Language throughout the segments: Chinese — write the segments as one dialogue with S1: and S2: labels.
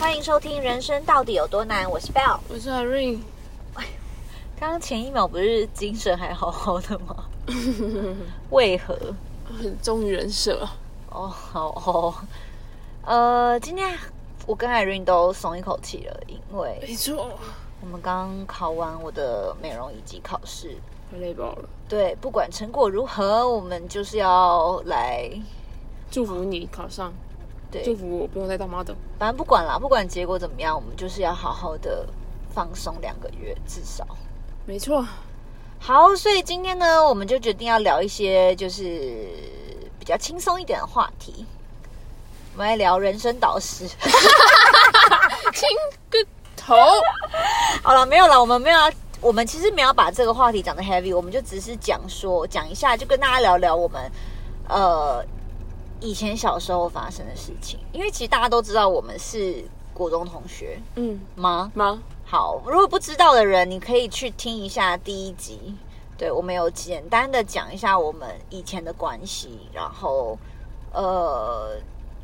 S1: 欢迎收听《人生到底有多难》，我是 Bell。
S2: 我是 Irene，
S1: 刚刚前一秒不是精神还好好的 吗？为何？
S2: 很忠于人设。
S1: 哦，好哦。呃，今天我跟 Irene 都松一口气了，因为
S2: 没错，
S1: 我们刚考完我的美容以及考试。
S2: 我累爆了。
S1: 对，不管成果如何，我们就是要来。
S2: 祝福你考上，
S1: 对，
S2: 祝福我不用再当 model。
S1: 反正不管啦，不管结果怎么样，我们就是要好好的放松两个月，至少。
S2: 没错，
S1: 好，所以今天呢，我们就决定要聊一些就是比较轻松一点的话题。我们来聊人生导师。
S2: 亲个头。
S1: 好了，没有了，我们没有要，我们其实没有把这个话题讲的 heavy，我们就只是讲说讲一下，就跟大家聊聊我们呃以前小时候发生的事情。因为其实大家都知道我们是国中同学
S2: 嗯，
S1: 吗？
S2: 妈，
S1: 好，如果不知道的人，你可以去听一下第一集。对我们有简单的讲一下我们以前的关系，然后呃，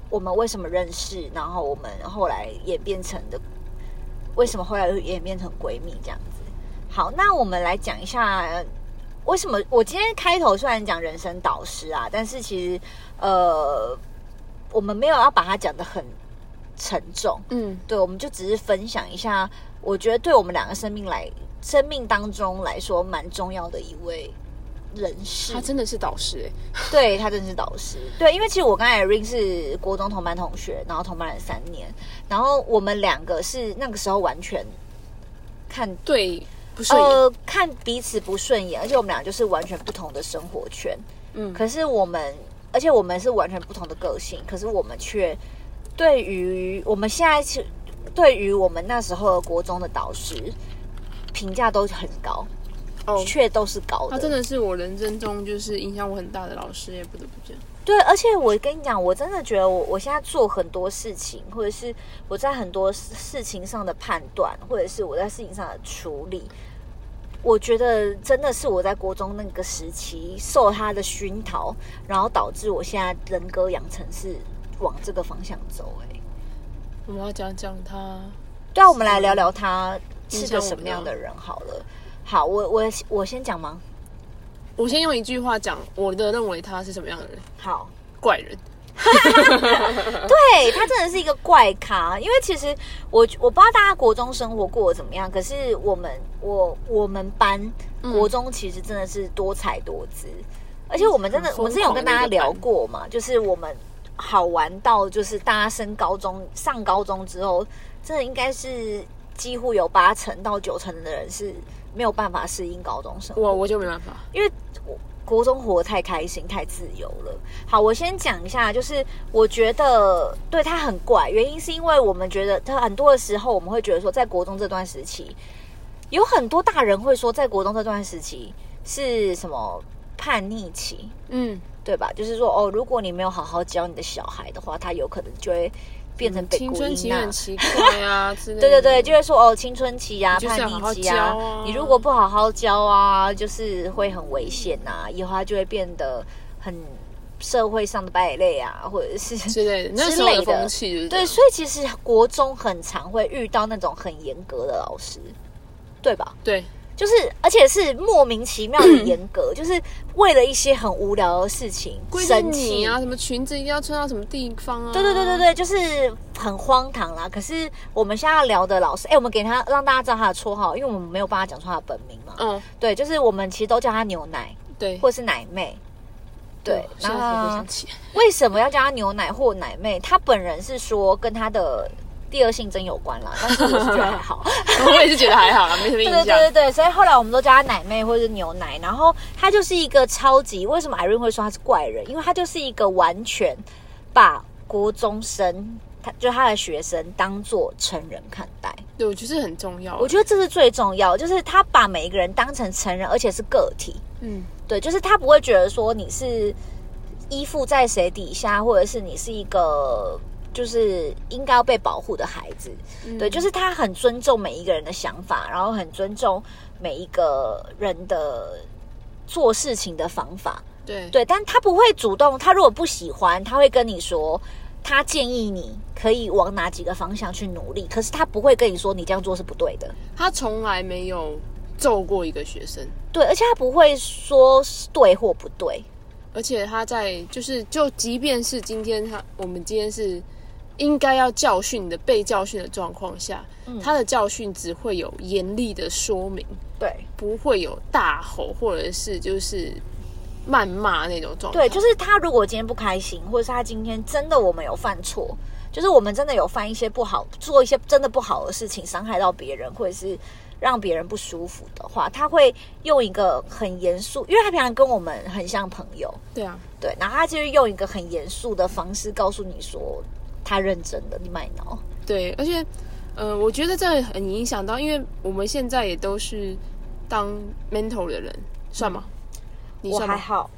S1: 我们为什么认识，然后我们后来演变成的，为什么后来演变成闺蜜这样子。好，那我们来讲一下呃为什么我今天开头虽然讲人生导师啊，但是其实呃，我们没有要把它讲得很沉重，
S2: 嗯，
S1: 对，我们就只是分享一下，我觉得对我们两个生命来生命当中来说蛮重要的一位人士
S2: 他。真的是导师哎、
S1: 对他真的是导师，对，因为其实我跟 Irene 是国中同班同学，然后同班了三年，然后我们两个是那个时候完全看
S2: 对，不是、
S1: 呃看彼此不顺眼，而且我们俩就是完全不同的生活圈。
S2: 嗯，
S1: 可是我们，而且我们是完全不同的个性，可是我们却对于我们现在是对于我们那时候的国中的导师评价都很高，
S2: 哦，
S1: 却都是高
S2: 他
S1: 的。
S2: 真的是我人生中就是影响我很大的老师，也不得不讲。
S1: 对，而且我跟你讲，我真的觉得我我现在做很多事情，或者是我在很多事事情上的判断，或者是我在事情上的处理，我觉得真的是我在国中那个时期受他的熏陶，然后导致我现在人格养成是往这个方向走、哎，
S2: 我们要讲讲他，
S1: 对啊，我们来聊聊他是
S2: 影
S1: 个
S2: 响我
S1: 什
S2: 们
S1: 么样
S2: 的
S1: 的人好了。好，我我我先讲吗？
S2: 我先用一句话讲我的认为他是什么样的人，
S1: 好，
S2: 怪人。
S1: 对他真的是一个怪咖，因为其实我我不知道大家国中生活过得怎么样，可是我们我我们班
S2: 嗯
S1: 国中其实真的是多彩多姿，而且我们真的
S2: 很
S1: 我
S2: 疯
S1: 们之前有跟大家
S2: 狂的一个
S1: 聊
S2: 班
S1: 过嘛，就是我们好玩到就是大家升高中上高中之后，真的应该是几乎有八成到九成的人是没有办法适应高中生活。
S2: 我我就没办法，
S1: 因为我国中活得太开心、太自由了。好，我先讲一下，就是我觉得对他很怪，原因是因为我们觉得他很多的时候，我们会觉得说，在国中这段时期，有很多大人会说，在国中这段时期是什么叛逆期，
S2: 嗯，
S1: 对吧？就是说，哦，如果你没有好好教你的小孩的话，他有可能就会变成北
S2: 嗯青
S1: 姑
S2: 春
S1: 英啊
S2: 期
S1: 娜
S2: 很。奇怪啊之类的。
S1: 对对对，就会说哦，青春期啊，
S2: 你就是要
S1: 叛
S2: 好
S1: 逆
S2: 好
S1: 期
S2: 教
S1: 啊
S2: 啊，
S1: 你如果不好好教啊，就是会很危险呐、以后他就会变得很社会上的败类啊，或者是
S2: 之类的，那
S1: 之
S2: 时候
S1: 类
S2: 的
S1: 的
S2: 风气就是这
S1: 对，
S2: 样
S1: 所以其实国中很常会遇到那种很严格的老师，对吧？
S2: 对，
S1: 就是而且是莫名其 妙的严格，就是为了一些很无聊的事情
S2: 规
S1: 生
S2: 定
S1: 气
S2: 你啊，什么裙子一定要穿到什么地方啊？
S1: 对对对对对，就是很荒唐啦。可是我们现在要聊的老师，哎、我们给他让大家知道他的绰号，因为我们没有办法讲出他的本名嘛。
S2: 嗯，
S1: 对，就是我们其实都叫他牛奶
S2: 对，
S1: 或是奶妹。对，
S2: 现
S1: 然
S2: 在才回
S1: 后
S2: 想起，
S1: 为什么要叫他牛奶或奶妹？他本人是说跟他的第二性征有关啦，但是我是觉得还好。
S2: 我也是觉得还好啦，没什么
S1: 对
S2: 印
S1: 对
S2: 象。
S1: 对对对，所以后来我们都叫她奶妹或者是牛奶。然后她就是一个超级，为什么 Irene 会说她是怪人？因为她就是一个完全把国中生，她就她的学生当做成人看待。
S2: 对，我觉得这很重要。啊
S1: 我觉得这是最重要，就是她把每一个人当成成人，而且是个体。
S2: 嗯，
S1: 对，就是她不会觉得说你是依附在谁底下，或者是你是一个就是应该要被保护的孩子。
S2: 嗯
S1: 对，就是他很尊重每一个人的想法，然后很尊重每一个人的做事情的方法。
S2: 对
S1: 对，但他不会主动，他如果不喜欢，他会跟你说。他建议你可以往哪几个方向去努力，可是他不会跟你说你这样做是不对的。
S2: 他从来没有揍过一个学生，
S1: 对，而且他不会说是对或不对。
S2: 而且他在就是就即便是今天他我们今天是应该要教训的被教训的状况下，
S1: 嗯
S2: 他的教训只会有严厉的说明，
S1: 对，
S2: 不会有大吼或者是就是谩骂那种状况。
S1: 对，就是他如果今天不开心，或者是他今天真的我们有犯错，就是我们真的有犯一些不好，做一些真的不好的事情，伤害到别人，或者是让别人不舒服的话，他会用一个很严肃，因为他平常跟我们很像朋友，
S2: 对啊，
S1: 对，然后他就是用一个很严肃的方式告诉你说他认真的，你卖脑。
S2: 对，而且，呃，我觉得这很影响到，因为我们现在也都是当 mentor 的人，算吗？
S1: 嗯
S2: 你
S1: 我
S2: 算
S1: 还
S2: 吗？
S1: 好，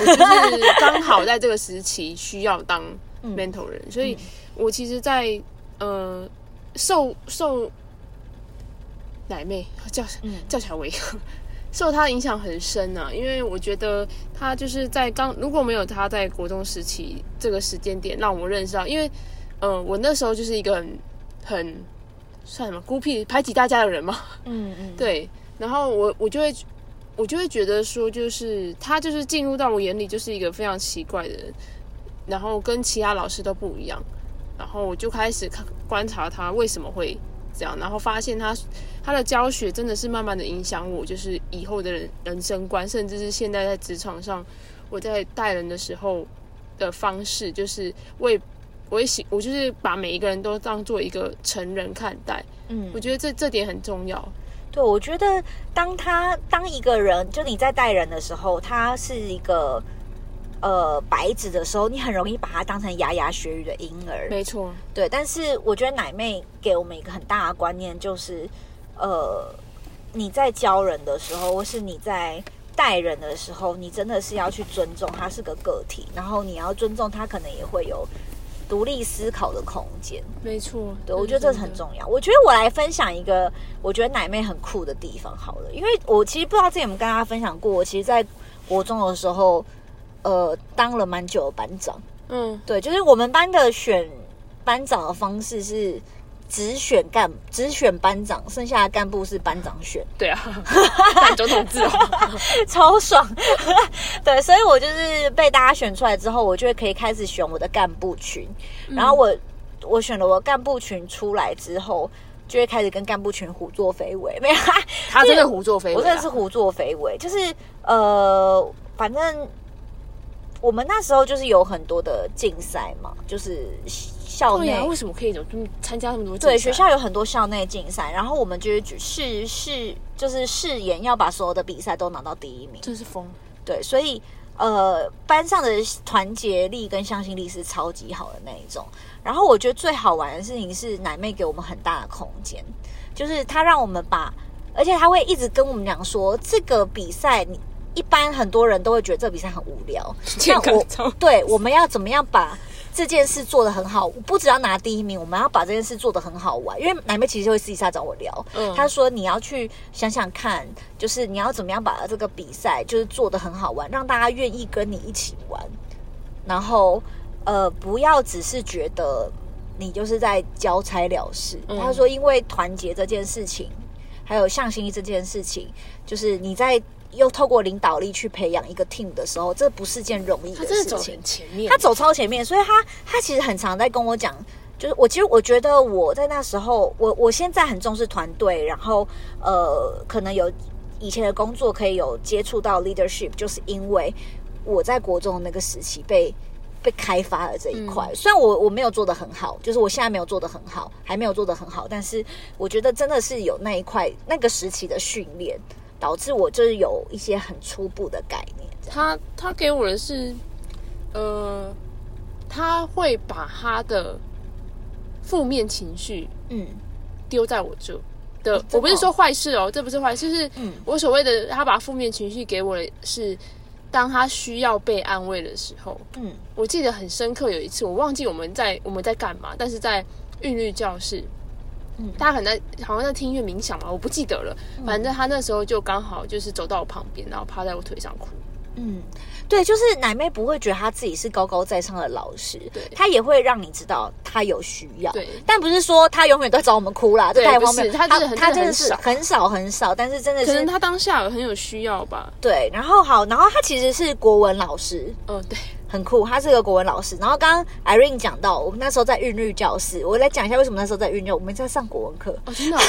S2: 我就是刚好在这个时期需要当
S1: 嗯
S2: mentor 人，所以我其实在，呃受受奶妹叫
S1: 嗯
S2: 叫小维。受她影响很深啊，因为我觉得她就是在刚如果没有她在国中时期这个时间点让我认识到，因为，呃，我那时候就是一个很很算什么孤僻排挤大家的人嘛，
S1: 嗯嗯，
S2: 对，然后我我就会我就会觉得说，就是他就是进入到我眼里就是一个非常奇怪的人，然后跟其他老师都不一样，然后我就开始看观察他为什么会这样，然后发现他他的教学真的是慢慢的影响我，就是以后的人人生观，甚至是现在在职场上我在带人的时候的方式，就是我也我也喜我就是把每一个人都当做一个成人看待，
S1: 嗯
S2: 我觉得这这点很重要。
S1: 对，我觉得当他当一个人，就你在带人的时候，他是一个呃白纸的时候，你很容易把他当成牙牙学语的婴儿。
S2: 没错，
S1: 对，但是我觉得奶妹给我们一个很大的观念，就是呃，你在教人的时候，或是你在带人的时候，你真的是要去尊重他是个个体，然后你要尊重他，可能也会有独立思考的空间。
S2: 没错，
S1: 对，我觉得这很重要。我觉得我来分享一个我觉得奶妹很酷的地方好了，因为我其实不知道之前有没有跟大家分享过，我其实在国中的时候，呃，当了蛮久的班长。
S2: 要。嗯，
S1: 对，就是我们班的选班长的方式是只选干只选班长，剩下的干部是班长选。
S2: 对啊， 反总统制哦，
S1: 超爽。对，所以我就是被大家选出来之后，我就会可以开始选我的干部群。 然后
S2: 嗯
S1: 我我选了我干部群出来之后，就会开始跟干部群胡作非为， 没有啊？
S2: 他真的胡作非为啊，
S1: 我真的是胡作非为，就是呃，反正我们那时候就是有很多的竞赛嘛，就是校
S2: 对
S1: 内
S2: 呀，为什么可以有这么参加那么多啊竞赛？
S1: 对， 学校有很多校内竞赛，然后我们就是举誓誓就是誓言要把所有的比赛都拿到第一名。
S2: 真是疯，
S1: 对，所以呃，班上的团结力跟向心力是超级好的那一种。然后我觉得最好玩的事情是奶妹给我们很大的空间，就是她让我们把，而且她会一直跟我们讲说，这个比赛你一般很多人都会觉得这个比赛很无聊，
S2: 健
S1: 那
S2: 康
S1: 我
S2: 操，
S1: 对我们要怎么样把。这件事做得很好，不只要拿第一名，我们要把这件事做得很好玩。因为奶妹其实会私底下找我聊，
S2: 嗯
S1: 他说你要去想想看，就是你要怎么样把这个比赛就是做得很好玩，让大家愿意跟你一起玩，然后呃不要只是觉得你就是在交差了事。
S2: 嗯
S1: 他说因为团结这件事情，还有向心力这件事情，就是你在又透过领导力去培养一个 team 的时候，这不是件容易
S2: 他
S1: 的
S2: 真
S1: 事
S2: 的走
S1: 情
S2: 很。前面
S1: 他，走超前面，所以他他其实很常在跟我讲，就是我其实我觉得我在那时候，我我现在很重视团队，然后呃，可能有以前的工作可以有接触到 leadership，就是因为我在国中的那个时期被。被开发了这一块，虽然我我没有做的很好，就是我现在没有做的很好，还没有做的很好，但是我觉得真的是有那一块那个时期的训练，导致我就是有一些很初步的概念。这样
S2: 他他给我的是，呃，他会把他的负面情绪
S1: 嗯，
S2: 丢在我这
S1: 真
S2: 的，
S1: 的哦
S2: 我不是说坏事哦，这不是坏事，是
S1: 嗯
S2: 我所谓的他把负面情绪给我的是，当他需要被安慰的时候，
S1: 嗯，
S2: 我记得很深刻，有一次我忘记我们在我们在干嘛，但是在韵律教室，
S1: 嗯
S2: 大家可能在好像在听音乐冥嗯想嘛，我不记得了，反正他那时候就刚好就是走到我旁边，然后趴在我腿上哭，
S1: 嗯，对，就是奶妹不会觉得她自己是高高在上的老师
S2: 对，
S1: 她也会让你知道她有需要。
S2: 对
S1: 但不是说她永远都找我们哭啦，这
S2: 对
S1: 太
S2: 不
S1: 荒谬
S2: 是
S1: 了。
S2: 她真的很
S1: 她
S2: 真
S1: 真的
S2: 的很
S1: 是
S2: 少
S1: 很少很少，但是真的
S2: 可能
S1: 是
S2: 他当下很有需要吧。
S1: 对。然后好，然后她其实是国文老师，
S2: 嗯，对，
S1: 很酷，他是个国文老师。然后刚刚 Irene 讲到，我们那时候在韵律教室，我来讲一下为什么那时候在韵律，我们在上国文课。
S2: 哦，真的哦、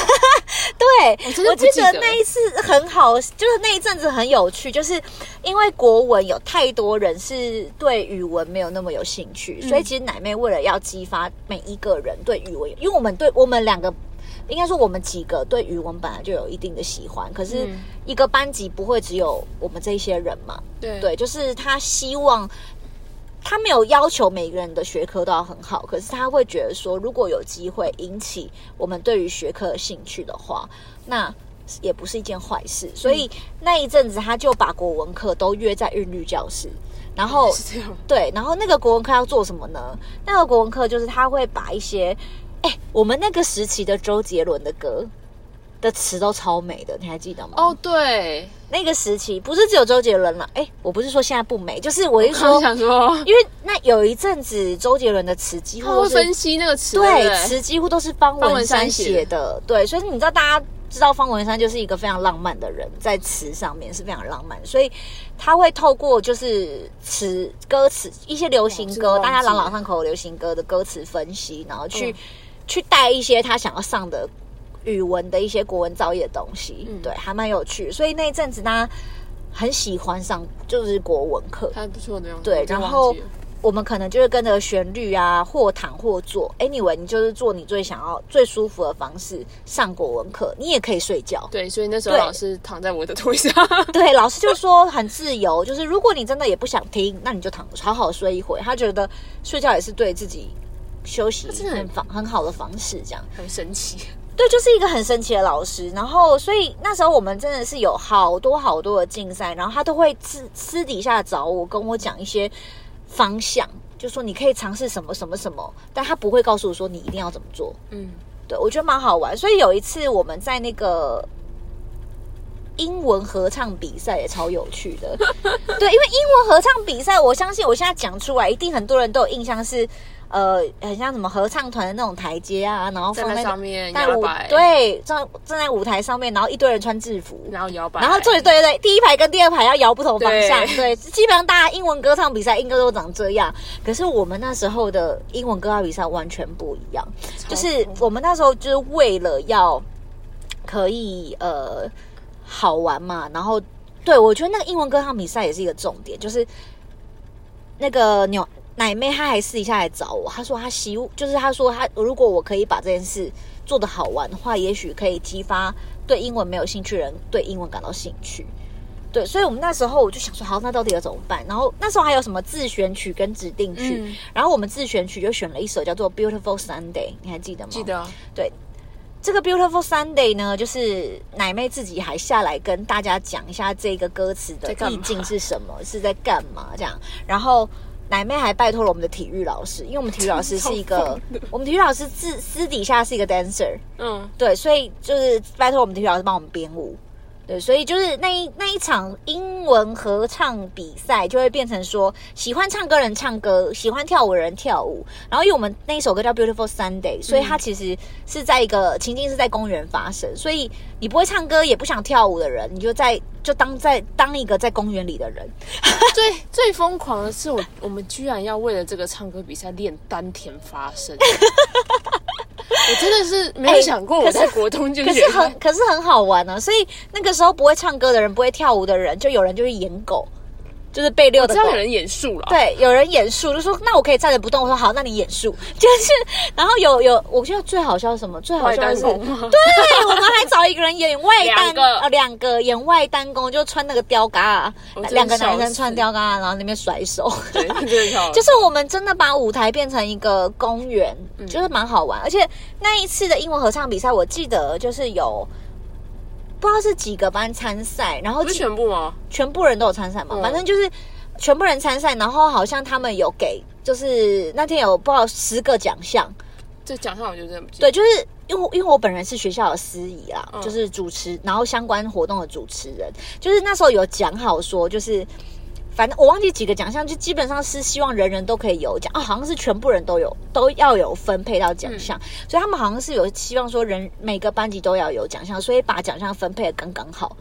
S1: 对，
S2: 我真的
S1: 我
S2: 不记得
S1: 得那一次很好，就是那一阵子很有趣，就是因为国文有太多人是对语文没有那么有兴趣，
S2: 嗯
S1: 所以其实奶妹为了要激发每一个人对语文，因为我们对我们两个。应该说，我们几个对语文本来就有一定的喜欢，可是
S2: 嗯
S1: 一个班级不会只有我们这一些人嘛，
S2: 对
S1: 对，就是他希望他没有要求每个人的学科都要很好，可是他会觉得说，如果有机会引起我们对于学科的兴趣的话，那也不是一件坏事。所以那一阵子，他就把国文课都约在韵律教室，然后
S2: 是这样。
S1: 对，然后那个国文课要做什么呢？那个国文课就是他会把一些，哎、我们那个时期的周杰伦的歌。的词都超美的，你还记得吗？
S2: 哦，对，
S1: 那个时期不是只有周杰伦了，哎、我不是说现在不美，就是我一
S2: 我
S1: 说，
S2: 想说，
S1: 因为那有一阵子周杰伦的词几乎
S2: 他
S1: 都
S2: 会
S1: 是
S2: 分析那个词，对不
S1: 对
S2: 对
S1: 词几乎都是方文山写的，对，所以你知道大家知道方文山就是一个非常浪漫的人，在词上面是非常浪漫，所以他会透过就是词歌词一些流行歌，
S2: 哇这个忘记了
S1: 大家朗朗上口的流行歌的歌词分析，然后去、
S2: 嗯
S1: 去带一些他想要上的语文的一些国文造诣的东西，
S2: 嗯
S1: 对，还蛮有趣，所以那一阵子大家很喜欢上就是国文课，
S2: 他不错的样子。
S1: 对
S2: 我真
S1: 然
S2: 忘
S1: 后
S2: 记了
S1: 我们可能就是跟着旋律啊，或躺或坐。Anyway，你就是做你最想要、最舒服的方式上国文课，你也可以睡 觉。
S2: 对，所以那时候
S1: 对
S2: 老师躺在我的腿上，
S1: 对，老师就说很自由，就是如果你真的也不想听，那你就躺好好睡一会。他觉得睡觉也是对自己休息
S2: 真的很
S1: 很方很好的方式，这样。
S2: 很神奇。
S1: 对，就是一个很神奇的老师。然后，所以那时候我们真的是有好多好多的竞赛，然后他都会私私底下找我，跟我讲一些方向，就说你可以尝试什么什么什么，但他不会告诉我说你一定要怎么做。
S2: 嗯，
S1: 对我觉得蛮好玩。所以有一次我们在那个。英文合唱比赛也超有趣的， 对，因为英文合唱比赛，我相信我现在讲出来，一定很多人都有印象是，呃，很像什么合唱团的那种台阶啊，然后
S2: 站
S1: 放那个
S2: 在上面
S1: 在
S2: 摇
S1: 舞
S2: 摆，，
S1: 对站站在舞台上面，然后一堆人穿制服，
S2: 然后摇摆，
S1: 然后这里对对对，第一排跟第二排要摇不同方向，
S2: 对
S1: 对，基本上大家英文歌唱比赛应该都长这样，可是我们那时候的英文歌唱比赛完全不一样，
S2: 超
S1: 就是我们那时候就是为了要可以呃好玩嘛，然后对我觉得那个英文歌唱比赛也是一个重点，就是那个牛奶妹她还私底下来找我，她说她希就是她说她如果我可以把这件事做得好玩的话，也许可以激发对英文没有兴趣的人对英文感到兴趣。对，所以我们那时候我就想说，好，那到底要怎么办？然后那时候还有什么自选曲跟指定曲，
S2: 嗯
S1: 然后我们自选曲就选了一首叫做《Beautiful Sunday》，你还记得吗？
S2: 记。得啊
S1: 这个 Beautiful Sunday 呢，就是奶妹自己还下来跟大家讲一下这个歌词的
S2: 在干嘛
S1: 意境是什么，是在干嘛这样。然后奶妹还拜托了我们的体育老师，因为我们体育老师是一
S2: 超
S1: 个，我们体育老师自私底下是一个 dancer，
S2: 嗯，
S1: 对，所以就是拜托我们体育老师帮我们编舞。对，所以就是那一那一场英文合唱比赛，就会变成说，喜欢唱歌的人唱歌，喜欢跳舞的人跳舞。然后因为我们那一首歌叫《Beautiful Sunday》，所以
S2: 嗯
S1: 它其实是在一个情境是在公园发生，所以你不会唱歌也不想跳舞的人，你就在就当在当一个在公园里的人。
S2: 最最疯狂的是我，我们居然要为了这个唱歌比赛练丹田 发声，我真的是没有
S1: 哎
S2: 想过我在国中就
S1: 可是
S2: 学到
S1: 很可是很好玩啊！所以那个时候不会唱歌的人，不会跳舞的人，就有人就是演狗，就是被遛
S2: 我
S1: 的
S2: 知
S1: 狗
S2: 道。有人演树了，
S1: 对，有人演树，就说那我可以站着不动。我说好，那你演树。 就是，然后有有，我觉得最好笑是什么？最好
S2: 外
S1: 笑
S2: 单
S1: 是，
S2: 弓
S1: 对，
S2: 吗？
S1: 我们还找一个人演外单
S2: 两，个
S1: 呃，两个演外单工，就穿那个吊嘎啊
S2: 我，真的
S1: 两个男
S2: 笑
S1: 生
S2: 死
S1: 穿吊嘎啊，然后那边甩 手。
S2: 对，真的超
S1: 就是我们真的把舞台变成一个公园，
S2: 嗯
S1: 就是蛮好玩。而且那一次的英文合唱比赛，我记得就是有不知道是几个班参赛，然后
S2: 不是
S1: 几
S2: 全部吗？
S1: 全部人都有参赛嘛，
S2: 嗯
S1: 反正就是全部人参赛，然后好像他们有给，就是那天有不知道十个奖项，
S2: 这奖项我就真的不记得。
S1: 对，就是因为因为我本人是学校的司仪啦，
S2: 嗯
S1: 就是主持，然后相关活动的主持人，就是那时候有讲好说，就是反正我忘记几个奖项，就基本上是希望人人都可以有奖哦，好像是全部人都有都要有分配到奖项，所以他们好像是有希望说人每个班级都要有奖项，所以把奖项分配的刚刚好。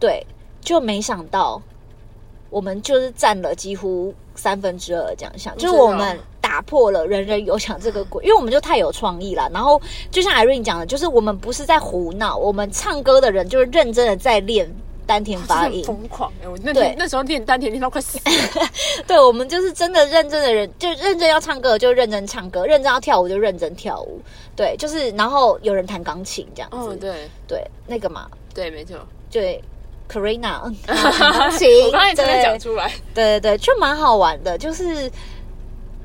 S1: 对，就没想到我们就是占了几乎三分之二的奖项，就是我们打破了人人有奖这个规，因为我们就太有创意了。然后就像 Irene 讲的，就是我们不是在胡闹，我们唱歌的人就是认真的在练丹田
S2: 真的
S1: 发
S2: 很
S1: 音。
S2: 疯狂哎、我那
S1: 对
S2: 天那时候练丹田练到快死，
S1: 对，我们就是真的认真的人，就认真要唱歌就认真唱歌，认真要跳舞就认真跳舞。对，就是然后有人弹钢琴这样子。
S2: 嗯，对
S1: 对，那个嘛，
S2: 对，没错，
S1: 对，Karina 弹钢琴，
S2: 我刚才也真的
S1: 对
S2: 讲出来，
S1: 对对对，就蛮好玩的。就是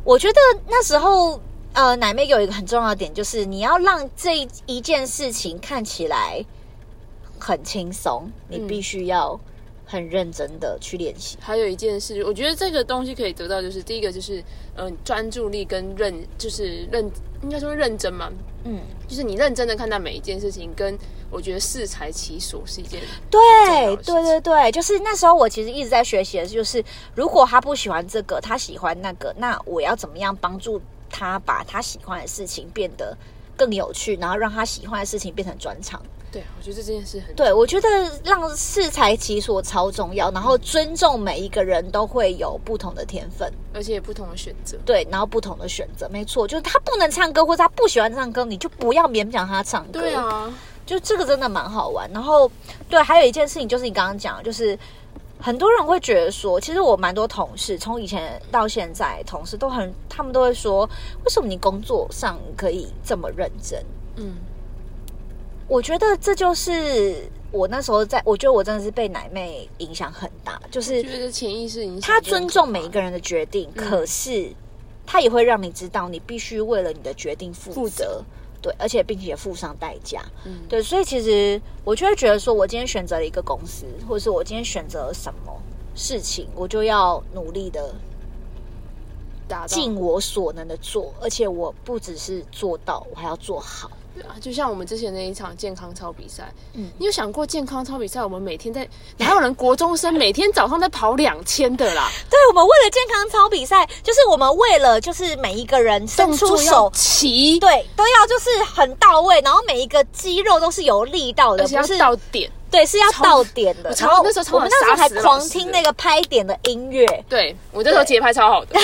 S1: 我觉得那时候，呃，奶妹有一个很重要的点，就是你要让这一一件事情看起来很轻松，你
S2: 嗯
S1: 必须要很认真的去练习。
S2: 还有一件事，我觉得这个东西可以得到，就是第一个就是，嗯、专注力跟认，就是认，应该说认真嘛，
S1: 嗯，
S2: 就是你认真的看待每一件事情，跟我觉得适才其所是一件，
S1: 对
S2: 重要的
S1: 对
S2: 事情
S1: 对对，就是那时候我其实一直在学习的，就是如果他不喜欢这个，他喜欢那个，那我要怎么样帮助他把他喜欢的事情变得更有趣，然后让他喜欢的事情变成专长。
S2: 对啊我觉得这件事很，
S1: 对，我觉得让适才其所超重要，然
S2: 嗯
S1: 后尊重每一个人都会有不同的天分，
S2: 而且不同的选择，
S1: 对，然后不同的选择，没错，就是他不能唱歌或者他不喜欢唱歌，你就不要勉强他唱歌。
S2: 对，啊，
S1: 就这个真的蛮好玩。然后对，还有一件事情就是你刚刚讲的，就是很多人会觉得说，其实我蛮多同事从以前到现在，同事都很，他们都会说，为什么你工作上可以这么认真？
S2: 嗯，
S1: 我觉得这就是我那时候在，我觉得我真的是被奶妹影响很大，就
S2: 我
S1: 是
S2: 觉得嗯潜意识影响，
S1: 她尊重每一个人的决定，可是她也会让你知道，你必须为了你的决定负责。
S2: 负责
S1: 对，而且并且付上代价。
S2: 嗯
S1: 对，所以其实我就会觉得说，我今天选择了一个公司，或者是我今天选择了什么事情，我就要努力的
S2: 达到
S1: 尽我所能的做，而且我不只是做到，我还要做好。
S2: 啊，就像我们之前那一场健康操比赛，
S1: 嗯
S2: 你有想过健康操比赛，我们每天在哪有人国中生每天早上在跑两千的啦？
S1: 对，我们为了健康操比赛，就是我们为了就是每一个人伸出
S2: 动作要
S1: 手，
S2: 齐，
S1: 对，都要就是很到位，然后每一个肌肉都是有力道的，
S2: 而且
S1: 不
S2: 要
S1: 是
S2: 到点，
S1: 对，是要
S2: 超
S1: 到点的。
S2: 我
S1: 然
S2: 超
S1: 后
S2: 那时候超
S1: 我们
S2: 想
S1: 那时候
S2: 杀
S1: 还
S2: 死老
S1: 狂
S2: 师
S1: 听
S2: 的
S1: 那个拍点的音乐，
S2: 对我那时候节拍超好的，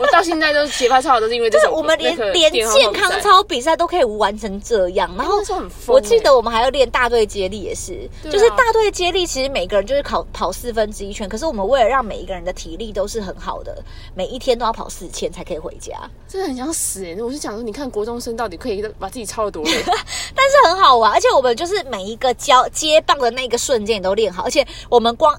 S2: 我到现在都是节拍超好，都是因为这
S1: 对，
S2: 首
S1: 我们连
S2: 那个
S1: 连
S2: 电话号码
S1: 健康
S2: 比赛
S1: 操比赛都可以玩成这样，然后
S2: 那时候很疯
S1: 我记
S2: 欸
S1: 得我们还要练大队接力，也是，
S2: 对啊
S1: 就是大队接力，其实每个人就是跑跑四分之一圈，可是我们为了让每一个人的体力都是很好的，每一天都要跑四千才可以回家，
S2: 真的很想死哎、我是想说，你看国中生到底可以把自己操得多累？
S1: 但是很好玩，而且我们就是每一个交接棒的那个瞬间也都练好，而且我们光。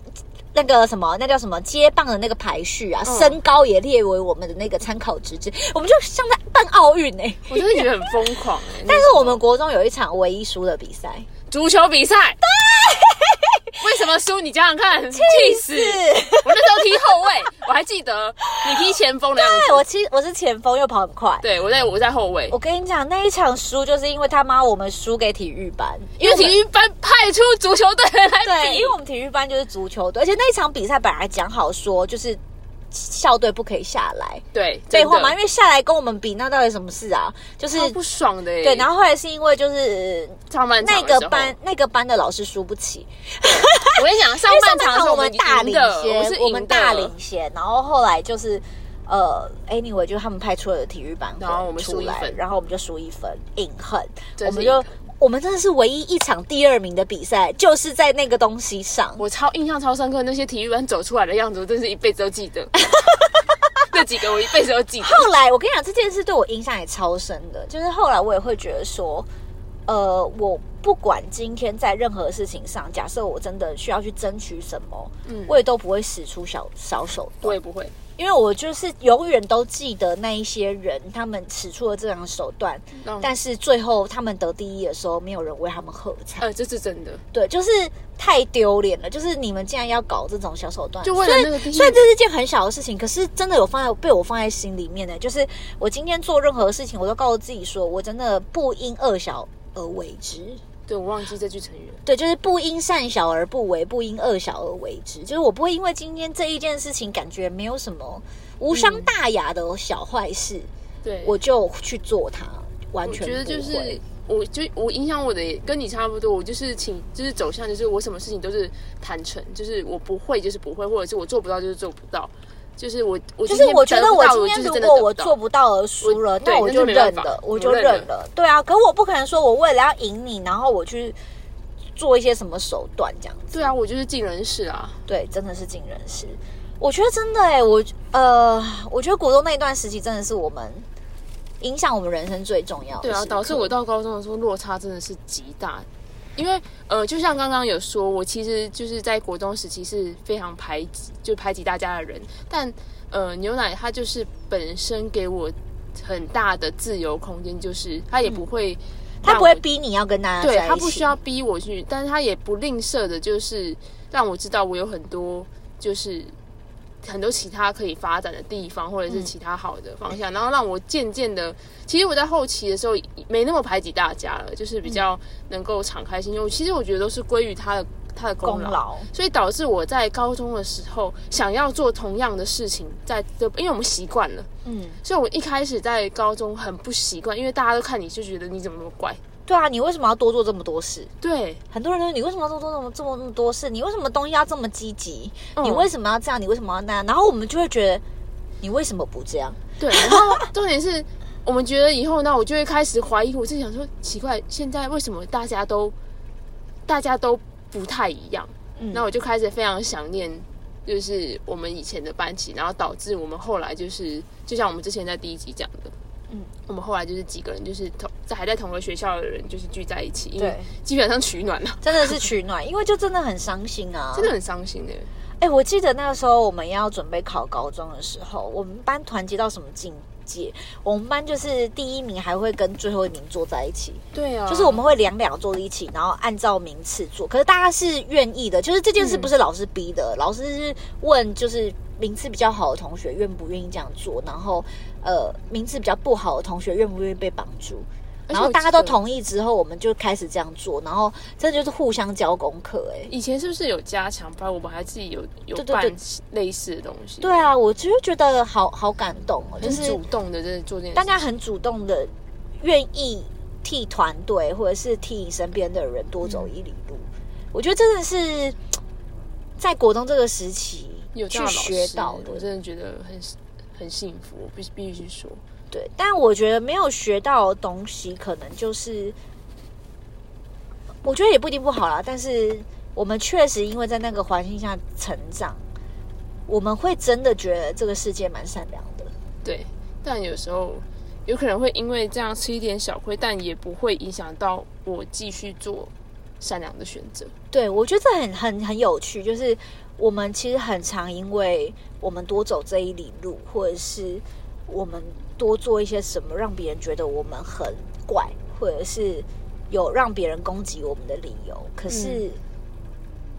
S1: 那个什么，那叫什么接棒的那个排序啊，
S2: 嗯
S1: 身高也列为我们的那个参考之之，我们就像在办奥运哎、
S2: 我真的觉得很疯狂 哎、
S1: 但是我们国中有一场唯一输的比赛，
S2: 足球比赛，对，为什么输？你想想看，气死！
S1: 是，
S2: 我那时候踢后卫，我还记得你踢前锋的样
S1: 对
S2: 子。
S1: 哎我其实我是前锋又跑很快。
S2: 对，我在我在后卫
S1: 我，跟你讲，那一场输就是因为他妈我们输给体育班，
S2: 因为体
S1: 育
S2: 育班派出足球队来
S1: 对，
S2: 比
S1: 因为，我们体育班就是足球队，而且那一场比赛本来讲好说就是校队不可以下来，
S2: 对，
S1: 废
S2: 真
S1: 话
S2: 的哦
S1: 嘛，因为下来跟我们比，那到底什么事啊？就是
S2: 超不爽的耶。
S1: 对，然后后来是因为就是
S2: 上半
S1: 那
S2: 场的时
S1: 个
S2: 候
S1: 班，那个班的老师输不起，
S2: 我跟你哎讲，上
S1: 因为上
S2: 半场
S1: 半
S2: 的时
S1: 场
S2: 候
S1: 我们大
S2: 赢
S1: 领
S2: 的，我们
S1: 先，
S2: 是
S1: 我
S2: 赢
S1: 们
S2: 的
S1: 大领先，然后后来就是呃，anyway，就是他们派出了体育班，
S2: 然后我们输一分
S1: 出来然后我们就输一分，隐恨，
S2: 真
S1: 我
S2: 是
S1: 们
S2: 隐
S1: 就
S2: 恨
S1: 我们真的是唯一一场第二名的比赛，就是在那个东西上。
S2: 我超印象超深刻，那些体育班走出来的样子，我真是一辈子都记得。 那几个我一辈子都记得。
S1: 后来我跟你讲，这件事对我影响也超深的，就是后来我也会觉得说，呃，我不管今天在任何事情上，假设我真的需要去争取什么，
S2: 嗯
S1: 我也都不会使出小小手段。
S2: 我也不会，
S1: 因为我就是永远都记得那一些人，他们使出了这样的手段，
S2: 那
S1: 但是最后他们得第一的时候，没有人为他们喝彩。
S2: 呃，这是真的。
S1: 对，就是太丢脸了，就是你们竟然要搞这种小手段，
S2: 就为了那个
S1: 所
S2: 第
S1: 以
S2: 一
S1: 所以这是件很小的事情，可是真的有放在被我放在心里面的，就是我今天做任何事情，我都告诉自己说，我真的不因恶小而为之。
S2: 对我忘记这句成语了。
S1: 对，就是不因善小而不为，不因恶小而为之。就是我不会因为今天这一件事情感觉没有什么无伤
S2: 嗯
S1: 大雅的小坏事，
S2: 对，
S1: 我就去做它，完
S2: 我
S1: 全
S2: 觉得就
S1: 不
S2: 是
S1: 会。，
S2: 我就我影响我的也跟你差不多，我就是请就是走向就是我什么事情都是坦诚，就是我不会就是不会，或者是我做不到就是做不到，就是我我
S1: 就
S2: 今
S1: 是
S2: 天
S1: 我觉
S2: 得
S1: 得
S2: 不
S1: 我
S2: 到
S1: 今
S2: 就
S1: 天
S2: 是
S1: 如
S2: 真的
S1: 果
S2: 得
S1: 我
S2: 到
S1: 做不到而输了，
S2: 对
S1: 那我
S2: 那
S1: 就是
S2: 没办
S1: 认
S2: 法
S1: 了，
S2: 我
S1: 我就
S2: 认
S1: 认了。对啊，可我不可能说我为了要赢你，然后我去做一些什么手段这样子。
S2: 对啊，我就是尽人事啊，
S1: 对，真的是尽人事。我觉得真的哎、我呃，我觉得国中那一段时期真的是我们影响我们人生最重要的
S2: 对啊
S1: 时，刻
S2: 导致我到高中的时候落差真的是极大，因为呃，就像刚刚有说，我其实就是在国中时期是非常排挤，就排挤大家的人，但呃，牛奶它就是本身给我很大的自由空间，就是它也不会
S1: 他
S2: 让
S1: 嗯不会
S2: 我
S1: 逼你要跟大家
S2: 对
S1: 在一起，
S2: 他不需要逼我去，但是他也不吝啬的，就是让我知道我有很多就是很多其他可以发展的地方，或者
S1: 嗯
S2: 是其他好的方向，然后让我渐渐的，其实我在后期的时候没那么排挤大家了，就是
S1: 嗯
S2: 比较能够敞开心胸。其实我觉得都是归于他的他的
S1: 功
S2: 功劳。
S1: 劳。
S2: 所以导致我在高中的时候想要做同样的事情，在这，因为我们习惯了，
S1: 嗯，
S2: 所以我一开始在高中很不习惯，因为大家都看你就觉得你怎么那么怪，
S1: 对啊，你为什么要多做这么多事？
S2: 对，
S1: 很多人都说你为什么要多做这么这么那么多事？你为什么东西要这么积极？
S2: 嗯
S1: 你为什么要这样？你为什么要那样？然后我们就会觉得你为什么不这样？
S2: 对，然后重点是我们觉得以后呢，我就会开始怀疑，我自己想说，奇怪，现在为什么大家都大家都不太一样？
S1: 嗯
S2: 那我就开始非常想念，就是我们以前的班级，然后导致我们后来就是，就像我们之前在第一集讲的，
S1: 嗯，
S2: 我们后来就是几个人就是同在还在同个学校的人就是聚在一起，因为
S1: 对
S2: 基本上取暖了，
S1: 真的是取暖，因为就真的很伤心啊！
S2: 真的很伤心欸的。
S1: 哎、我记得那个时候我们要准备考高中的时候，我们班团结到什么境界？我们班就是第一名还会跟最后一名坐在一起，
S2: 对啊，
S1: 就是我们会两两坐在一起，然后按照名次做。可是大家是愿意的，就是这
S2: 嗯
S1: 件事不是老师逼的，老师是问就是名次比较好的同学愿不愿意这样做，然后呃名次比较不好的同学愿不愿意被绑住。
S2: 而且我
S1: 然后
S2: 记得，
S1: 大家都同意之后，我们就开始这样做，然后真的就是互相交功课、哎，
S2: 以前是不是有加强班？我们还自己有有
S1: 对对
S2: 办
S1: 对
S2: 类似的东西。
S1: 对啊，我其实觉得好好感动哦，就
S2: 很
S1: 是
S2: 主动的在做这件事。
S1: 大家很主动的愿意替团队或者是替你身边的人多
S2: 嗯
S1: 走一里路，我觉得真的是在国中这个时期
S2: 有
S1: 去
S2: 这样的老
S1: 学
S2: 师
S1: 到
S2: 我
S1: 的，
S2: 真的觉得很很幸福，我必必须说，
S1: 对。但我觉得没有学到的东西，可能就是我觉得也不一定不好啦，但是我们确实因为在那个环境下成长，我们会真的觉得这个世界蛮善良的。
S2: 对。但有时候有可能会因为这样吃一点小亏，但也不会影响到我继续做善良的选择。
S1: 对，我觉得这很很很有趣，就是我们其实很常因为我们多走这一里路，或者是我们多做一些什么，让别人觉得我们很怪，或者是有让别人攻击我们的理由。可
S2: 嗯
S1: 是、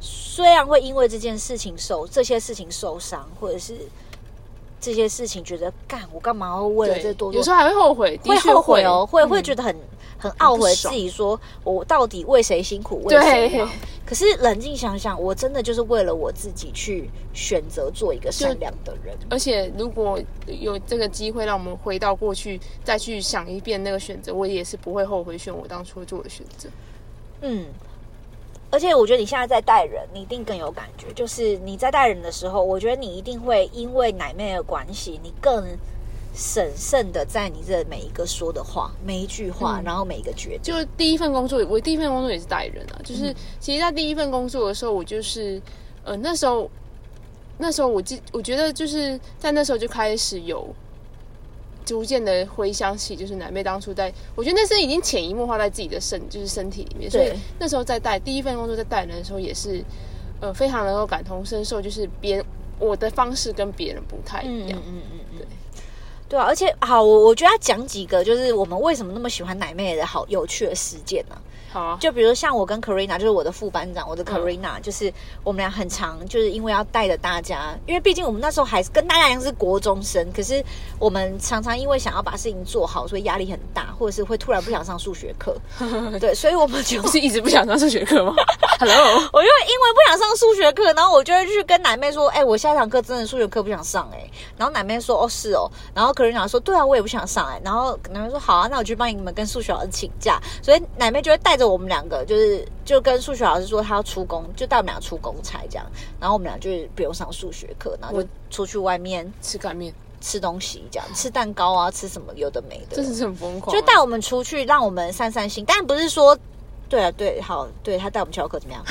S1: 虽然会因为这件事情受这些事情受伤，或者是这些事情觉得干我干嘛要为了这多
S2: 有
S1: 做
S2: 时候还会后悔，的
S1: 会
S2: 确
S1: 后悔哦，会
S2: 嗯
S1: 会觉得很很懊悔
S2: 很不
S1: 自
S2: 爽
S1: 己说，我到底为谁辛苦为啊谁
S2: 对
S1: 忙？可是冷静想想，我真的就是为了我自己去选择做一个善良的人。
S2: 而且如果有这个机会让我们回到过去，再去想一遍那个选择，我也是不会后悔选我当初做的选择。
S1: 嗯，而且我觉得你现在在带人，你一定更有感觉。就是你在带人的时候，我觉得你一定会因为奶妹的关系，你更审慎的在你这每一个说的话、每一句话，
S2: 嗯
S1: 然后每一个决定。
S2: 就第一份工作，我第一份工作也是带人啊，
S1: 嗯
S2: 就是、其实，在第一份工作的时候，我就是，呃，那时候，那时候我记，我觉得就是在那时候就开始有逐渐的回想起，就是奶妹当初在，我觉得那是已经潜移默化在自己的身，就是身体里面，所以
S1: 对
S2: 那时候在带第一份工作在带人的时候，也是，呃，非常能够感同身受，就是别人我的方式跟别人不太一
S1: 嗯
S2: 样
S1: 嗯，嗯嗯，
S2: 对
S1: 对。对啊，而且好，我我觉得要讲几个，就是我们为什么那么喜欢奶妹的好有趣的事件呢、
S2: 好啊，
S1: 就比如像我跟 Karina，就是我的副班长，我的 Karina，、就是我们俩很常就是因为要带着大家，因为毕竟我们那时候还是跟大家一样是国中生，可是我们常常因为想要把事情做好，所以压力很大，或者是会突然不想上数学课，对，所以我们就
S2: 不是一直不想上数 学课吗？Hello，
S1: 我就因为不想上数学课，然后我就会去跟奶妹说：“哎、我下一堂课真的数学课不想上哎、然后奶妹说：“哦，是哦。”然后可人讲说：“对啊，我也不想上哎、然后奶妹说：“好啊，那我去帮你们跟数学老师请假。”所以奶妹就会带着我们两个，就是就跟数学老师说她要出工，就带我们俩出公差这样。然后我们俩就是不用上数学课，然后就出去外面
S2: 吃擀面，
S1: 吃东西，这样吃蛋糕啊，吃什么有的没的。
S2: 真的是很疯狂啊，
S1: 就带我们出去，让我们散散心。但不是说，对啊，对，好，对他带我们翘课 怎么样？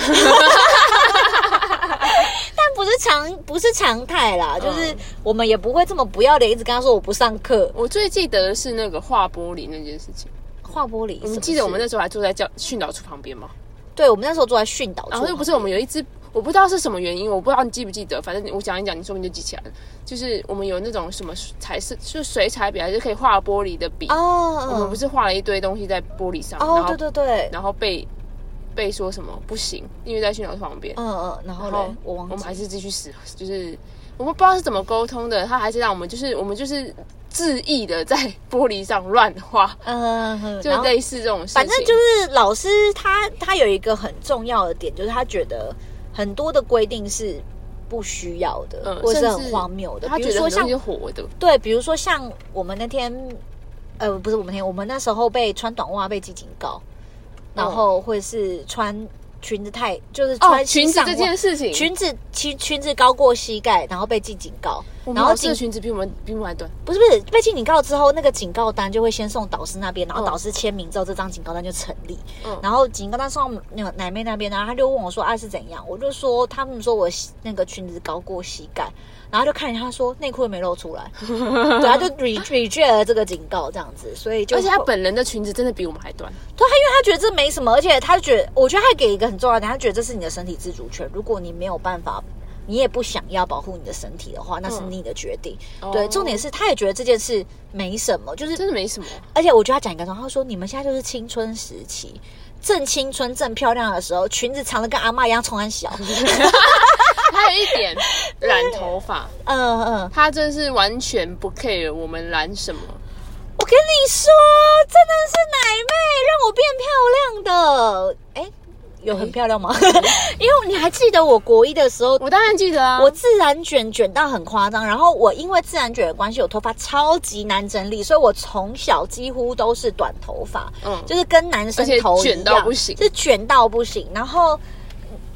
S1: 但不是常不是常态啦，
S2: 嗯
S1: 就是我们也不会这么不要脸，一直跟他说我不上课，
S2: 我最记得的是那个画玻璃那件事情。
S1: 画玻璃。
S2: 你
S1: 什么
S2: 记得我们
S1: 事
S2: 那时候还坐在教训导处旁边吗？
S1: 对我们那时候坐在训导处
S2: 然
S1: 旁边，
S2: 后又啊不是我们有一只，我不知道是什么原因，我不知道你记不记得，反正我讲一讲，你说不定就记起来了。就是我们有那种什么彩色，就是水彩笔还是可以画玻璃的笔，
S1: 哦，
S2: 我们不是画了一堆东西在玻璃上，
S1: 哦
S2: 然，后
S1: 对对对，
S2: 然后被被说什么不行，因为在训导处旁边。
S1: 嗯嗯，然后
S2: 然后
S1: 嘞，我忘
S2: 我们
S1: 记
S2: 还是继续死，就是我们不知道是怎么沟通的，他还是让我们就是我们就是恣意的在玻璃上乱画，
S1: 嗯，嗯
S2: 就
S1: 然后
S2: 类似这种事情。
S1: 反正就是老师他他有一个很重要的点，就是他觉得很多的规定是不需要的，
S2: 嗯
S1: 或者是
S2: 甚
S1: 很
S2: 至
S1: 荒谬的。
S2: 他
S1: 比
S2: 觉
S1: 如
S2: 得
S1: 说
S2: 很
S1: 像
S2: 多是活的，
S1: 对，比如说像我们那天，呃，不是我们那天，我们那时候被穿短袜被记警告，然后或者是穿裙子太就是
S2: 嗯哦，
S1: 穿
S2: 裙子这件
S1: 事，
S2: 事情，
S1: 裙子裙裙子高过膝盖，然后被记警告，
S2: 我们
S1: 然后
S2: 老师
S1: 警
S2: 的裙子比我们比我们还短，
S1: 不是不是被记警告之后，那个警告单就会先送导师那边，然后
S2: 嗯
S1: 导师签名之后，这张警告单就成立。
S2: 嗯
S1: 然后警告单送到那个奶妹那边，然后他就问我说：“啊是怎样？”我就说他们说我膝那个裙子高过膝盖，然后就看着他说内裤也没露出 来，对，他就 re reject 了这个警告这样子，所以就
S2: 而且他本人的裙子真的比我们还短，
S1: 对他，因为他觉得这没什么，而且他觉得，我觉得他给一个很重要的点，他觉得这是你的身体自主权，如果你没有办法。你也不想要保护你的身体的话，那是
S2: 嗯
S1: 你的决定。
S2: 哦
S1: 对，重点是他也觉得这件事没什么，就是
S2: 真的没什 么。
S1: 而且我觉得他讲一个重点，他说你们现在就是青春时期，正青春、正漂亮的时候，裙子长得跟阿妈一样，从很小。嗯
S2: 还有一点染头发，
S1: 嗯嗯，
S2: 他真是完全不 care 我们染什么。
S1: 我跟你说，真的是奶妹让我变漂亮的。哎，有很漂亮吗？ 因为你还记得我国一的时候。
S2: 我当然记得啊，
S1: 我自然卷卷到很夸张，然后我因为自然卷的关系，我头发超级难整理，所以我从小几乎都是短头发。
S2: 嗯，
S1: 就是跟男生
S2: 而且
S1: 头一样
S2: 卷到不行
S1: 是卷到不行。然后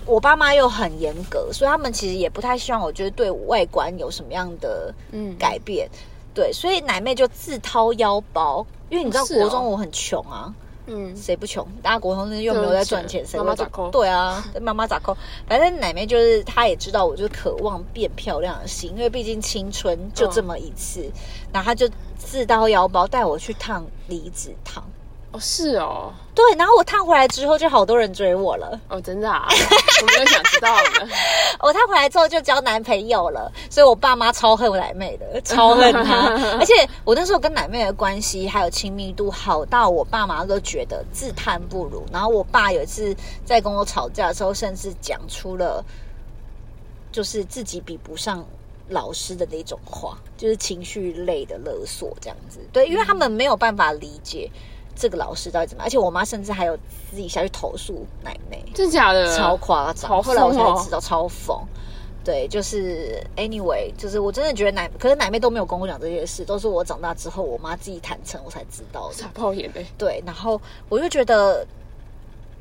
S1: 我爸妈又很严格，所以他们其实也不太希望我就是对外观有什么样的
S2: 嗯
S1: 改变。对，所以奶妹就自掏腰包，因为你知道
S2: 是哦
S1: 国中我很穷啊，
S2: 嗯，
S1: 谁不穷？大家国中生又没有在赚钱，
S2: 对
S1: 谁
S2: 妈
S1: 会
S2: 妈
S1: 做
S2: 打扣
S1: 对啊， 妈妈咋扣？反正奶妹就是，她也知道我就是渴望变漂亮的心，因为毕竟青春就这么一次，
S2: 嗯
S1: 然后她就自掏腰包带我去烫离子烫。
S2: 哦是哦，
S1: 对，然后我烫回来之后，就好多人追我了。
S2: 哦真的啊，我没有想知道呢。
S1: 我哦烫回来之后就交男朋友了，所以我爸妈超恨我奶妹的，超恨她。而且我那时候跟奶妹的关系还有亲密度好到我爸妈都觉得自叹不如。然后我爸有一次在跟我吵架的时候，甚至讲出了就是自己比不上老师的那种话，就是情绪类的勒索这样子。对，因为他们没有办法理解。这个老师到底怎么样？而且我妈甚至还有私底下去投诉奶妹，
S2: 真假的？
S1: 呃超夸张。
S2: 好
S1: 后来我
S2: 疯哦
S1: 才知道超疯。对，就是 anyway，就是我真的觉得奶，可是奶妹都没有跟我讲这些事，都是我长大之后我妈自己坦诚我才知道的
S2: 傻。爆眼泪。
S1: 对，然后我就觉得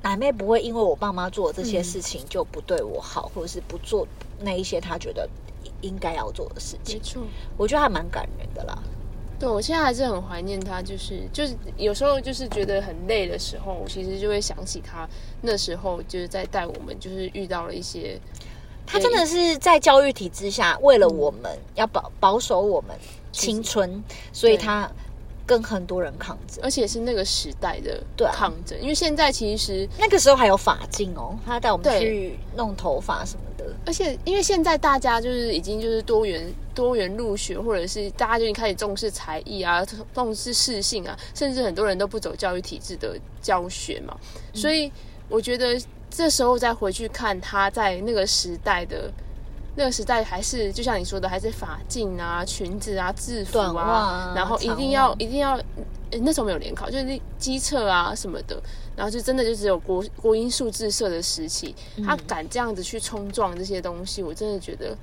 S1: 奶妹不会因为我爸妈做的这些事情就不对我好，或者是不做那一些她觉得应该要做的事情，
S2: 错，
S1: 我觉得还蛮感人的啦。
S2: 对我现在还是很怀念他，就是就是有时候就是觉得很累的时候，我其实就会想起他那时候就是在带我们，就是遇到了一些
S1: 她真的是在教育体制下，为了我们、要保保守我们青春，所以她跟很多人抗争。
S2: 而且是那个时代的
S1: 对啊
S2: 抗争，因为现在其实，
S1: 那个时候还有发镜哦，他带我们
S2: 对
S1: 去弄头发什么的。
S2: 而且因为现在大家就是已经就是多元多元入学，或者是大家就已经开始重视才艺啊，重视适性啊，甚至很多人都不走教育体制的教学嘛，所以我觉得这时候再回去看他在那个时代的。那个时代还是就像你说的，还是发镜啊、裙子啊、制服
S1: 短袜啊
S2: 然后一
S1: 长
S2: 定要
S1: 袜
S2: 一定要、呃那时候没有联考，就是机测啊什么的，然后就真的就只有国国英数自社的时期，
S1: 嗯
S2: 他敢这样子去冲撞这些东西，我真的觉得，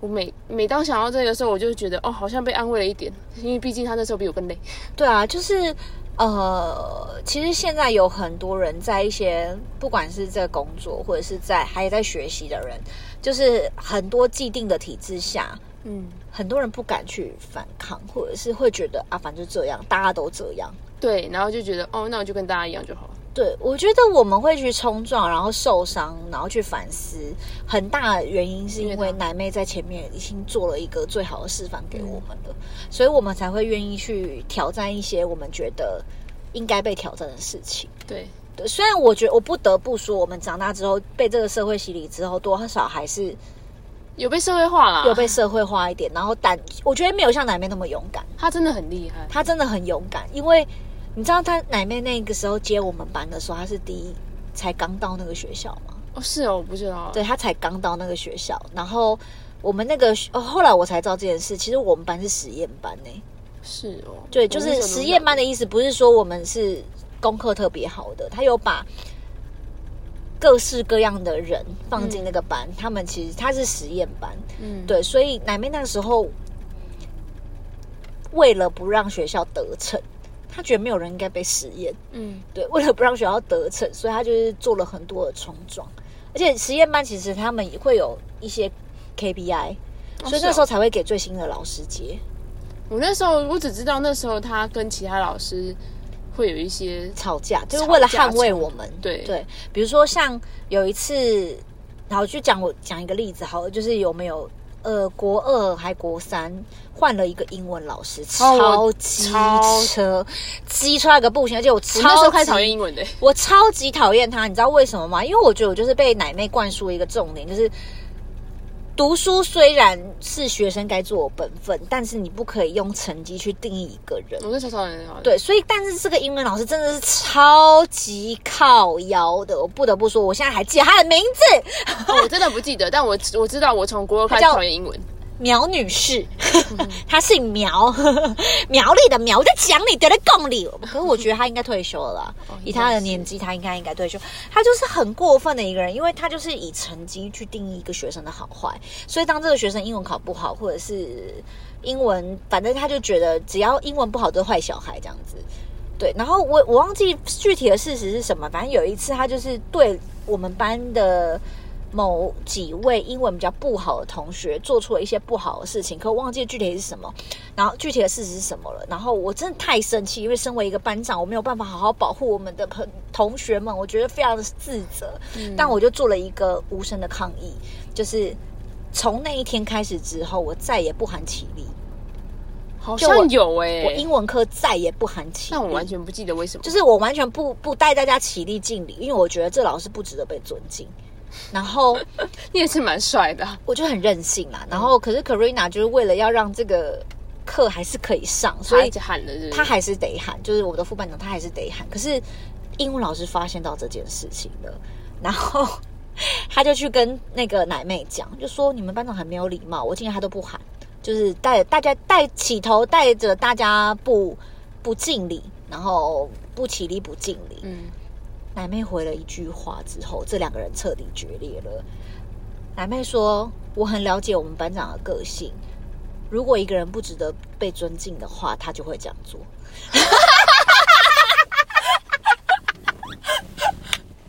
S2: 我每每当想到这个时候，我就觉得哦，好像被安慰了一点，因为毕竟他那时候比我更累。
S1: 对啊，就是呃，其实现在有很多人在一些不管是在工作或者是在还在学习的人，就是很多既定的体制下，
S2: 嗯，
S1: 很多人不敢去反抗，或者是会觉得啊，反正就这样，大家都这样。
S2: 对，然后就觉得哦，那我就跟大家一样就好了。
S1: 对，我觉得我们会去冲撞，然后受伤，然后去反思，很大的原因是因
S2: 因为
S1: 为
S2: 他
S1: 奶妹在前面已经做了一个最好的示范给我们了，所以我们才会愿意去挑战一些我们觉得应该被挑战的事情。
S2: 对，
S1: 对，虽然我觉得我不得不说，我们长大之后被这个社会洗礼之后，多少还是
S2: 有被社会化啦，
S1: 有被社会化一点，然后胆，我觉得没有像奶妹那么勇敢。
S2: 他真的很厉害。
S1: 她真的很勇敢，因为你知道她奶妹那个时候接我们班的时候，她是第一才刚到那个学校嘛，
S2: 哦，是哦，我不知道。
S1: 对，她才刚到那个学校，然后我们那个学哦，后来我才知道这件事，其实我们班是实验班呢、
S2: 是哦，
S1: 对，就
S2: 我那
S1: 是
S2: 时候都
S1: 实
S2: 不
S1: 验
S2: 知道
S1: 班的意思，不是说我们是功课特别好的，他有把各式各样的人放进那个班，他们其实他是实验班，
S2: 嗯，
S1: 对，所以奶妹那个时候为了不让学校得逞，她觉得没有人应该被实验，
S2: 嗯，
S1: 对，为了不让学校得逞，所以她就是做了很多的冲撞，而且实验班其实他们也会有一些 KPI，、
S2: 哦
S1: 所以
S2: 是
S1: 那
S2: 哦
S1: 时候才会给最新的老师接
S2: 我那时候我只知道那时候他跟其他老师会有一些
S1: 吵架，就是
S2: 吵
S1: 为了
S2: 架
S1: 捍卫
S2: 冲
S1: 我们，
S2: 对
S1: 对，比如说像有一次，然后就讲我讲一个例子，好了，就是有没有呃国二还国三换了一个英文老师，
S2: 哦
S1: 超
S2: 我
S1: 机
S2: 超
S1: 车，机车到一个不行，而且我
S2: 我那时
S1: 超
S2: 候开始讨厌
S1: 级
S2: 英文的，
S1: 我超级讨厌他，你知道为什么吗？因为我觉得我就是被奶妹灌输一个重点，就是。读书虽然是学生该做的本分，但是你不可以用成绩去定义一个人。
S2: 我那时候讨厌英文。
S1: 对，所以但是这个英文老师真的是超级靠腰的，我不得不说，我现在还记得他的名字，
S2: 哦，我真的不记得，但我我知道我从国二开始
S1: 他叫
S2: 讨厌英文。
S1: 苗女士，
S2: 嗯
S1: 她姓苗， 苗栗的苗，我在讲你得了共理。可是我觉得她应该退休了啦
S2: 哦，
S1: 以她的
S2: 应该是
S1: 年纪，她应该应该退休。她就是很过分的一个人，因为她就是以成绩去定义一个学生的好坏，所以当这个学生英文考不好，或者是英文，反正她就觉得只要英文不好就是坏小孩这样子。对，然后我我忘记具体的事实是什么，反正有一次她就是对我们班的。某几位英文比较不好的同学做出了一些不好的事情，可我忘记具体是什么，然后具体的事实是什么了。然后我真的太生气，因为身为一个班长，我没有办法好好保护我们的朋同学们，我觉得非常的自责。
S2: 嗯
S1: 但我就做了一个无声的抗议，就是从那一天开始之后，我再也不喊起立，
S2: 好
S1: 就我
S2: 像有哎、
S1: 我英文课再也不喊起立。
S2: 但我完全不记得为什么。
S1: 就是我完全不不带大家起立敬礼，因为我觉得这老师不值得被尊敬。然后。
S2: 你也是蛮帅的啊、
S1: 我就很任性啦。然后可是 Karina 就是为了要让这个课还是可以上，所
S2: 他一
S1: 以
S2: 直喊的是
S1: 他还是得喊，就是我的副班长他还是得喊。可是英文老师发现到这件事情了，然后 他就去跟那个奶妹讲，就说你们班长很没有礼貌，我竟然他都不喊，就是带大家带起头，带着大家不不敬礼，然后不起立不敬礼。
S2: 嗯，
S1: 奶妹回了一句话之后，这两个人彻底决裂了。奶妹说：“我很了解我们班长的个性，如果一个人不值得被尊敬的话，他就会这样做。
S2: 帅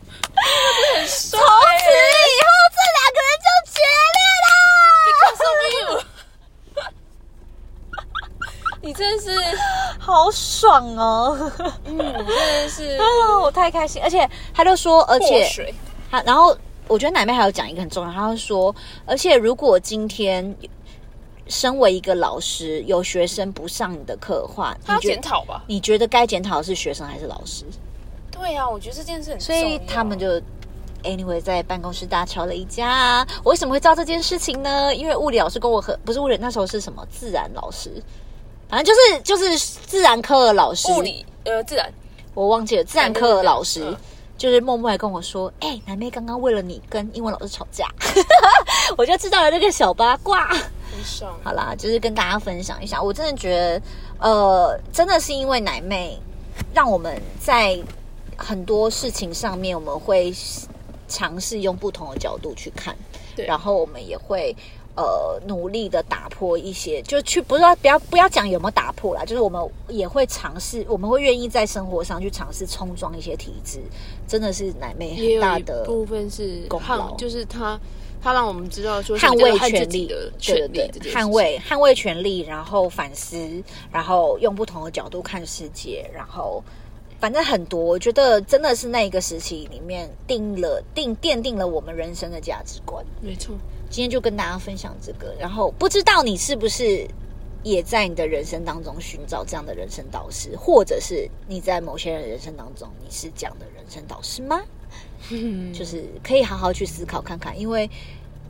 S1: 从此以后，这两个人就决裂
S2: 你真的是，
S1: 了，好爽哦！
S2: 嗯，你真 的是
S1: 啊， 我太开心，而且他就说，而且
S2: 祸水。
S1: 他然后我觉得奶妹还有讲一个很重要，她就说，而且如果今天身为一个老师，有学生不上你的课的话，
S2: 他
S1: 你
S2: 要
S1: 觉
S2: 检讨吧？
S1: 你觉得该检讨的是学生还是老师？
S2: 对啊，我觉得这件事很
S1: 所以
S2: 重要
S1: 他们就 anyway 在办公室大吵了一架。我为什么会知道这件事情呢？因为物理老师跟我和不是物理，那时候是什么自然老师，反正就是就是自然科的老师，
S2: 物理呃自然
S1: 我忘记了，自然科的老师。
S2: 嗯
S1: 就是默默来跟我说：“哎、南妹刚刚为了你跟英文老师吵架， 我就知道了这个小八卦。”
S2: 很爽。
S1: 好啦，就是跟大家分享一下，我真的觉得，呃，真的是因为奶妹，让我们在很多事情上面，我们会尝试用不同的角度去看，
S2: 对
S1: 然后我们也会。呃，努力的打破一些，就去不知道不要不要讲有没有打破啦，就是我们也会尝试，我们会愿意在生活上去尝试冲撞一些体制，真的是奶妹
S2: 也
S1: 很
S2: 有
S1: 大
S2: 一
S1: 的
S2: 部分是
S1: 功劳
S2: 捍，就是他他让我们知道说是
S1: 捍
S2: 这个
S1: 卫
S2: 和
S1: 权
S2: 自己
S1: 利
S2: 的
S1: 对
S2: 权利
S1: 对
S2: 这
S1: 对，
S2: 件
S1: 捍
S2: 事
S1: 卫捍卫权利，然后反思，然后用不同的角度看世界，然后反正很多，我觉得真的是那一个时期里面定了定奠定了我们人生的价值观。
S2: 没错，
S1: 今天就跟大家分享这个，然后不知道你是不是也在你的人生当中寻找这样的人生导师，或者是你在某些人的人生当中你是这样的人生导师吗？ 就是可以好好去思考看看，因为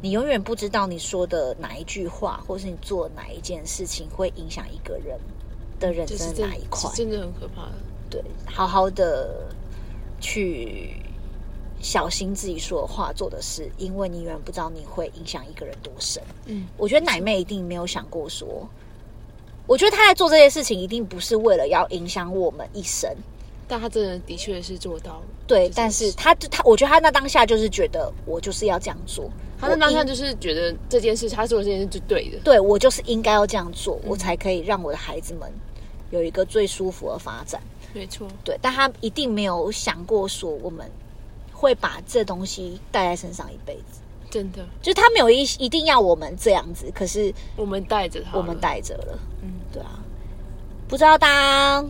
S1: 你永远不知道你说的哪一句话，或是你做哪一件事情会影响一个人的人
S2: 就
S1: 生
S2: 是
S1: 哪一块
S2: 是。真的很可怕的。
S1: 对，好好的去小心自己说的话、做的事，因为你永远不知道你会影响一个人多深。
S2: 嗯，
S1: 我觉得奶妹一定没有想过说，我觉得她在做这些事情一定不是为了要影响我们一生。
S2: 但他真的的确是做到了。
S1: 对，
S2: 这件
S1: 但是
S2: 事
S1: 她就她，我觉得她那当下就是觉得我就是要这样做，
S2: 他在当
S1: 我
S2: 下
S1: 应
S2: 就是觉得这件事，他做的这件事就对的。
S1: 对我就是应该要这样做，
S2: 嗯
S1: 我才可以让我的孩子们有一个最舒服的发展。
S2: 没错，
S1: 对，但他一定没有想过说我们会把这东西带在身上一辈子，
S2: 真的，
S1: 就是他没有一一定要我们这样子，可是
S2: 我们带着他，
S1: 我们，带着了，
S2: 嗯，
S1: 对啊，不知道大家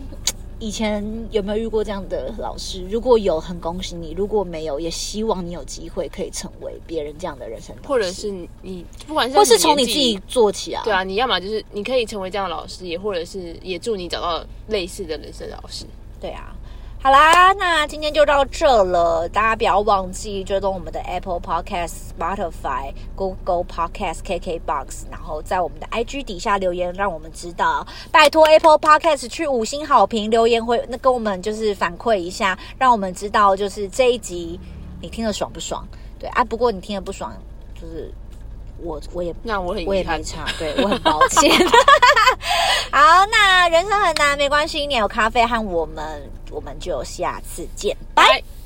S1: 以前有没有遇过这样的老师？如果有，很恭喜你；如果没有，也希望你有机会可以成为别人这样的人生导师，
S2: 或者是你你，不管是
S1: 或
S2: 在
S1: 是从你
S2: 年
S1: 自
S2: 纪
S1: 己做起啊，
S2: 对啊，你要么就是你可以成为这样的老师，也或者是也祝你找到类似的人生老师。
S1: 对啊。好啦，那今天就到这了。大家不要忘记追踪我们的 Apple Podcast、Spotify、Google Podcast、KKBox，然后在我们的 IG 底下留言，让我们知道。拜托 Apple Podcast 去五星好评，留言回那跟我们就是反馈一下，让我们知道就是这一集你听得爽不爽？对啊，不过你听得不爽，就是我我也
S2: 那我很
S1: 我
S2: 遗
S1: 也
S2: 憾
S1: 没，差，对我很抱歉。 好，那人生很难，没关系，你有咖啡和我们，我们就下次见，拜。
S2: 拜。